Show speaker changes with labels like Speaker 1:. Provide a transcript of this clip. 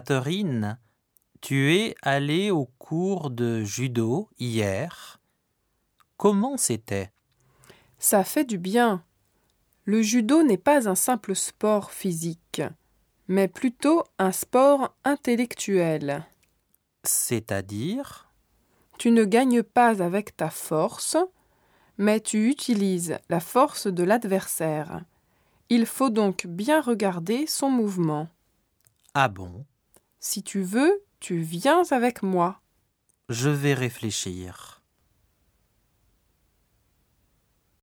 Speaker 1: Catherine, tu es allée au cours de judo hier. Comment c'était
Speaker 2: Ça fait du bien. Le judo n'est pas un simple sport physique, mais plutôt un sport intellectuel.
Speaker 1: C'est-à-dire
Speaker 2: Tu ne gagnes pas avec ta force, mais tu utilises la force de l'adversaire. Il faut donc bien regarder son mouvement.
Speaker 1: Ah bon
Speaker 2: Si tu veux, tu viens avec moi.
Speaker 1: Je vais réfléchir.